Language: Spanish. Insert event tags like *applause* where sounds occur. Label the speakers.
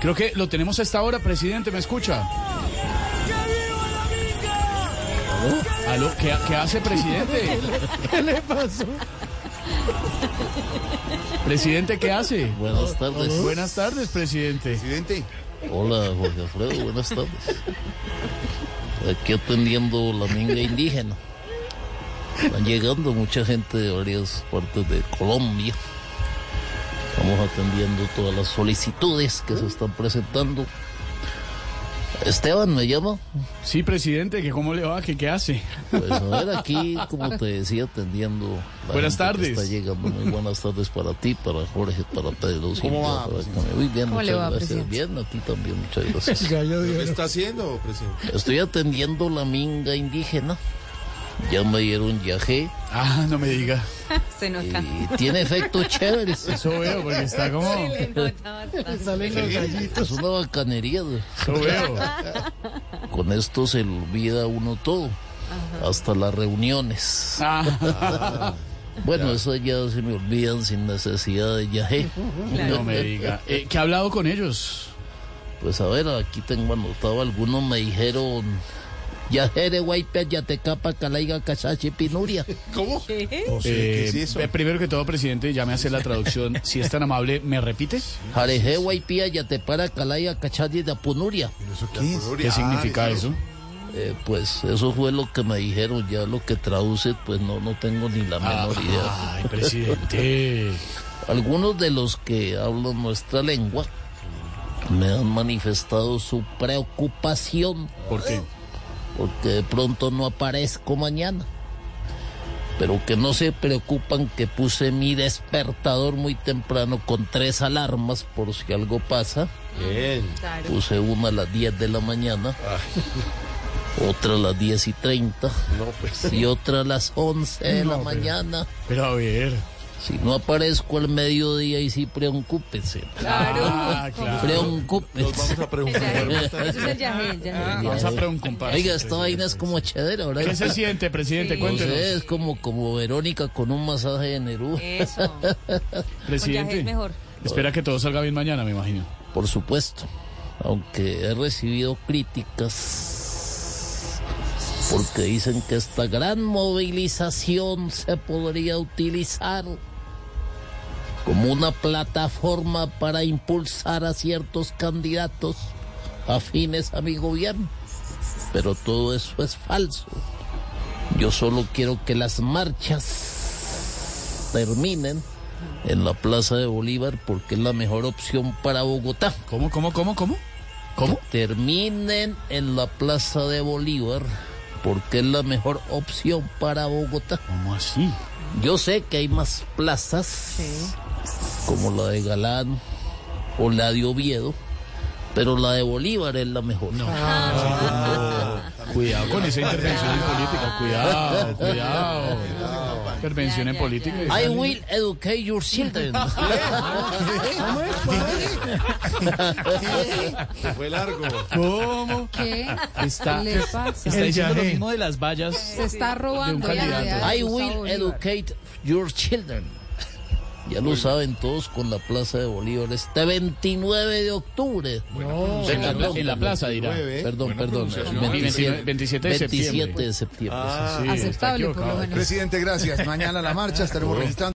Speaker 1: Creo que lo tenemos a esta hora, presidente, ¿me escucha? Oh, aló, ¿qué, qué hace, presidente?
Speaker 2: *laughs* ¿Qué le pasó?
Speaker 1: Presidente, ¿qué hace?
Speaker 3: Buenas tardes.
Speaker 1: Buenas tardes, presidente.
Speaker 4: Presidente.
Speaker 3: Hola, Jorge Alfredo, buenas tardes. Aquí atendiendo la minga indígena. Están llegando mucha gente de varias partes de Colombia. Estamos atendiendo todas las solicitudes que se están presentando. Esteban, ¿me llama?
Speaker 1: Sí, presidente, que cómo le va, que qué hace.
Speaker 3: Pues a ver, aquí, como te decía, atendiendo. la
Speaker 1: Buenas
Speaker 3: gente que
Speaker 1: tardes.
Speaker 3: Está llegando. Muy bunas tardes para ti, para Jorge, para Pedro.
Speaker 4: ¿Cómo va,
Speaker 3: para
Speaker 4: presidente?
Speaker 3: Camilo. Muy bien,
Speaker 5: ¿Cómo le
Speaker 3: muchas
Speaker 5: va,
Speaker 3: gracias.
Speaker 5: presidente?
Speaker 3: Bien, a ti también, muchas
Speaker 5: *laughs*
Speaker 3: gracias.
Speaker 2: Gallo de
Speaker 4: ¿Qué
Speaker 2: oro.
Speaker 4: está haciendo, presidente?
Speaker 3: Estoy atendiendo la minga indígena. Ya me dieron yajé
Speaker 1: Ah, no me diga.
Speaker 5: Se nota.
Speaker 3: y tiene efectos chéveres.
Speaker 1: Eso veo, porque está como...
Speaker 5: Se *laughs* le
Speaker 1: *laughs*
Speaker 5: nota
Speaker 2: Le
Speaker 5: bastante.
Speaker 2: salen los gallitos.
Speaker 3: Es una bacanería. güey.
Speaker 1: Eso veo.
Speaker 3: Con esto se le olvida uno todo. Hasta las reuniones.
Speaker 1: Ah,
Speaker 3: Bueno, eso ya se me olvidan sin necesidad de yajé.
Speaker 1: no me diga. Eh, ¿Qué ha hablado con ellos?
Speaker 3: Pues a ver, aquí tengo anotado algunos me dijeron Yajere Guaypea Yatecapa Calaiga Cachachi Pinuria.
Speaker 4: ¿Cómo?
Speaker 5: ¿Qué?
Speaker 4: No sé, ¿qué es
Speaker 1: Eh,
Speaker 4: eso?
Speaker 1: eh, primero que todo, presidente, ya me hace la traducción. Si es tan amable, ¿me repite?
Speaker 3: Jareje Guaypea Yatepara Calaiga Cachachi de Punuria.
Speaker 4: ¿Eso qué es?
Speaker 1: ¿Qué significa eso?
Speaker 3: Eh, pues eso fue lo que me dijeron, ya lo que traduce, pues no, no tengo ni la menor idea.
Speaker 1: Ah, Ay, presidente.
Speaker 3: Algunos de los que hablan nuestra lengua me han manifestado su preocupación
Speaker 1: ¿Por qué?
Speaker 3: porque de pronto no aparezco mañana. Pero que no se preocupan que puse mi despertador muy temprano con tres alarmas por si algo pasa.
Speaker 4: Bien.
Speaker 5: Claro.
Speaker 3: Puse una a las 10 de la mañana, otra a las 10 y 30
Speaker 4: No, pues.
Speaker 3: y otra a las 11 de la mañana.
Speaker 1: Pero a ver.
Speaker 3: Si no aparezco al mediodía y sí, preocúpense.
Speaker 1: Ah, claro.
Speaker 4: Nos
Speaker 3: Preocúpense.
Speaker 4: vamos a preguntar. más tarde.
Speaker 5: Eso es el yajé, el yajé.
Speaker 1: Vamos a preocupar.
Speaker 3: Oiga, esta vaina es como chévere, ¿verdad?
Speaker 1: ¿Qué se siente, presidente?
Speaker 5: Sí.
Speaker 3: No sé,
Speaker 1: Cuéntenos.
Speaker 3: es como, como Verónica con un masaje de Nerú.
Speaker 5: Eso. Con yajé es
Speaker 1: Presidente.
Speaker 5: mejor.
Speaker 1: Espera que todo salga bien mañana, me imagino.
Speaker 3: Por supuesto, aunque he recibido críticas porque dicen que esta gran movilización se podría utilizar como una plataforma para impulsar a ciertos candidatos afines a mi gobierno. Pero todo eso es falso. Yo solo quiero que las marchas terminen en la Plaza de Bolívar porque es la mejor opción para Bogotá.
Speaker 1: ¿Cómo, cómo, cómo, cómo? ¿Cómo?
Speaker 3: Terminen en la Plaza de Bolívar porque es la mejor opción para Bogotá.
Speaker 1: ¿Cómo así?
Speaker 3: Yo sé que hay más plazas como la de Galán o la de Oviedo, pero la de Bolívar es la mejor.
Speaker 1: Cuidado con esa intervención en política. Cuidado, cuidado. Intervención en política.
Speaker 3: I will educate your children.
Speaker 4: Se fue largo.
Speaker 1: ¿Cómo?
Speaker 6: ¿Qué?
Speaker 1: Está,
Speaker 6: ¿Qué le pasa?
Speaker 1: está diciendo lo
Speaker 2: yagé.
Speaker 1: mismo de las vallas.
Speaker 6: Se está robando
Speaker 1: De un
Speaker 6: la
Speaker 1: candidato.
Speaker 6: idea de
Speaker 3: I
Speaker 6: Gustavo
Speaker 3: will
Speaker 6: Bolívar.
Speaker 3: educate your children. Ya lo saben todos con la Plaza de Bolívar este 29 de octubre.
Speaker 2: No.
Speaker 1: En la, en la plaza, dirá.
Speaker 3: Perdón, perdón. Ah, el
Speaker 1: 29, 27 de
Speaker 3: 27
Speaker 1: septiembre.
Speaker 3: de septiembre. sí, sí.
Speaker 1: Sí, está
Speaker 6: Ah, Aceptable, por
Speaker 1: equivocado.
Speaker 6: lo menos.
Speaker 7: Presidente, gracias. Mañana la marcha, estaremos registrando.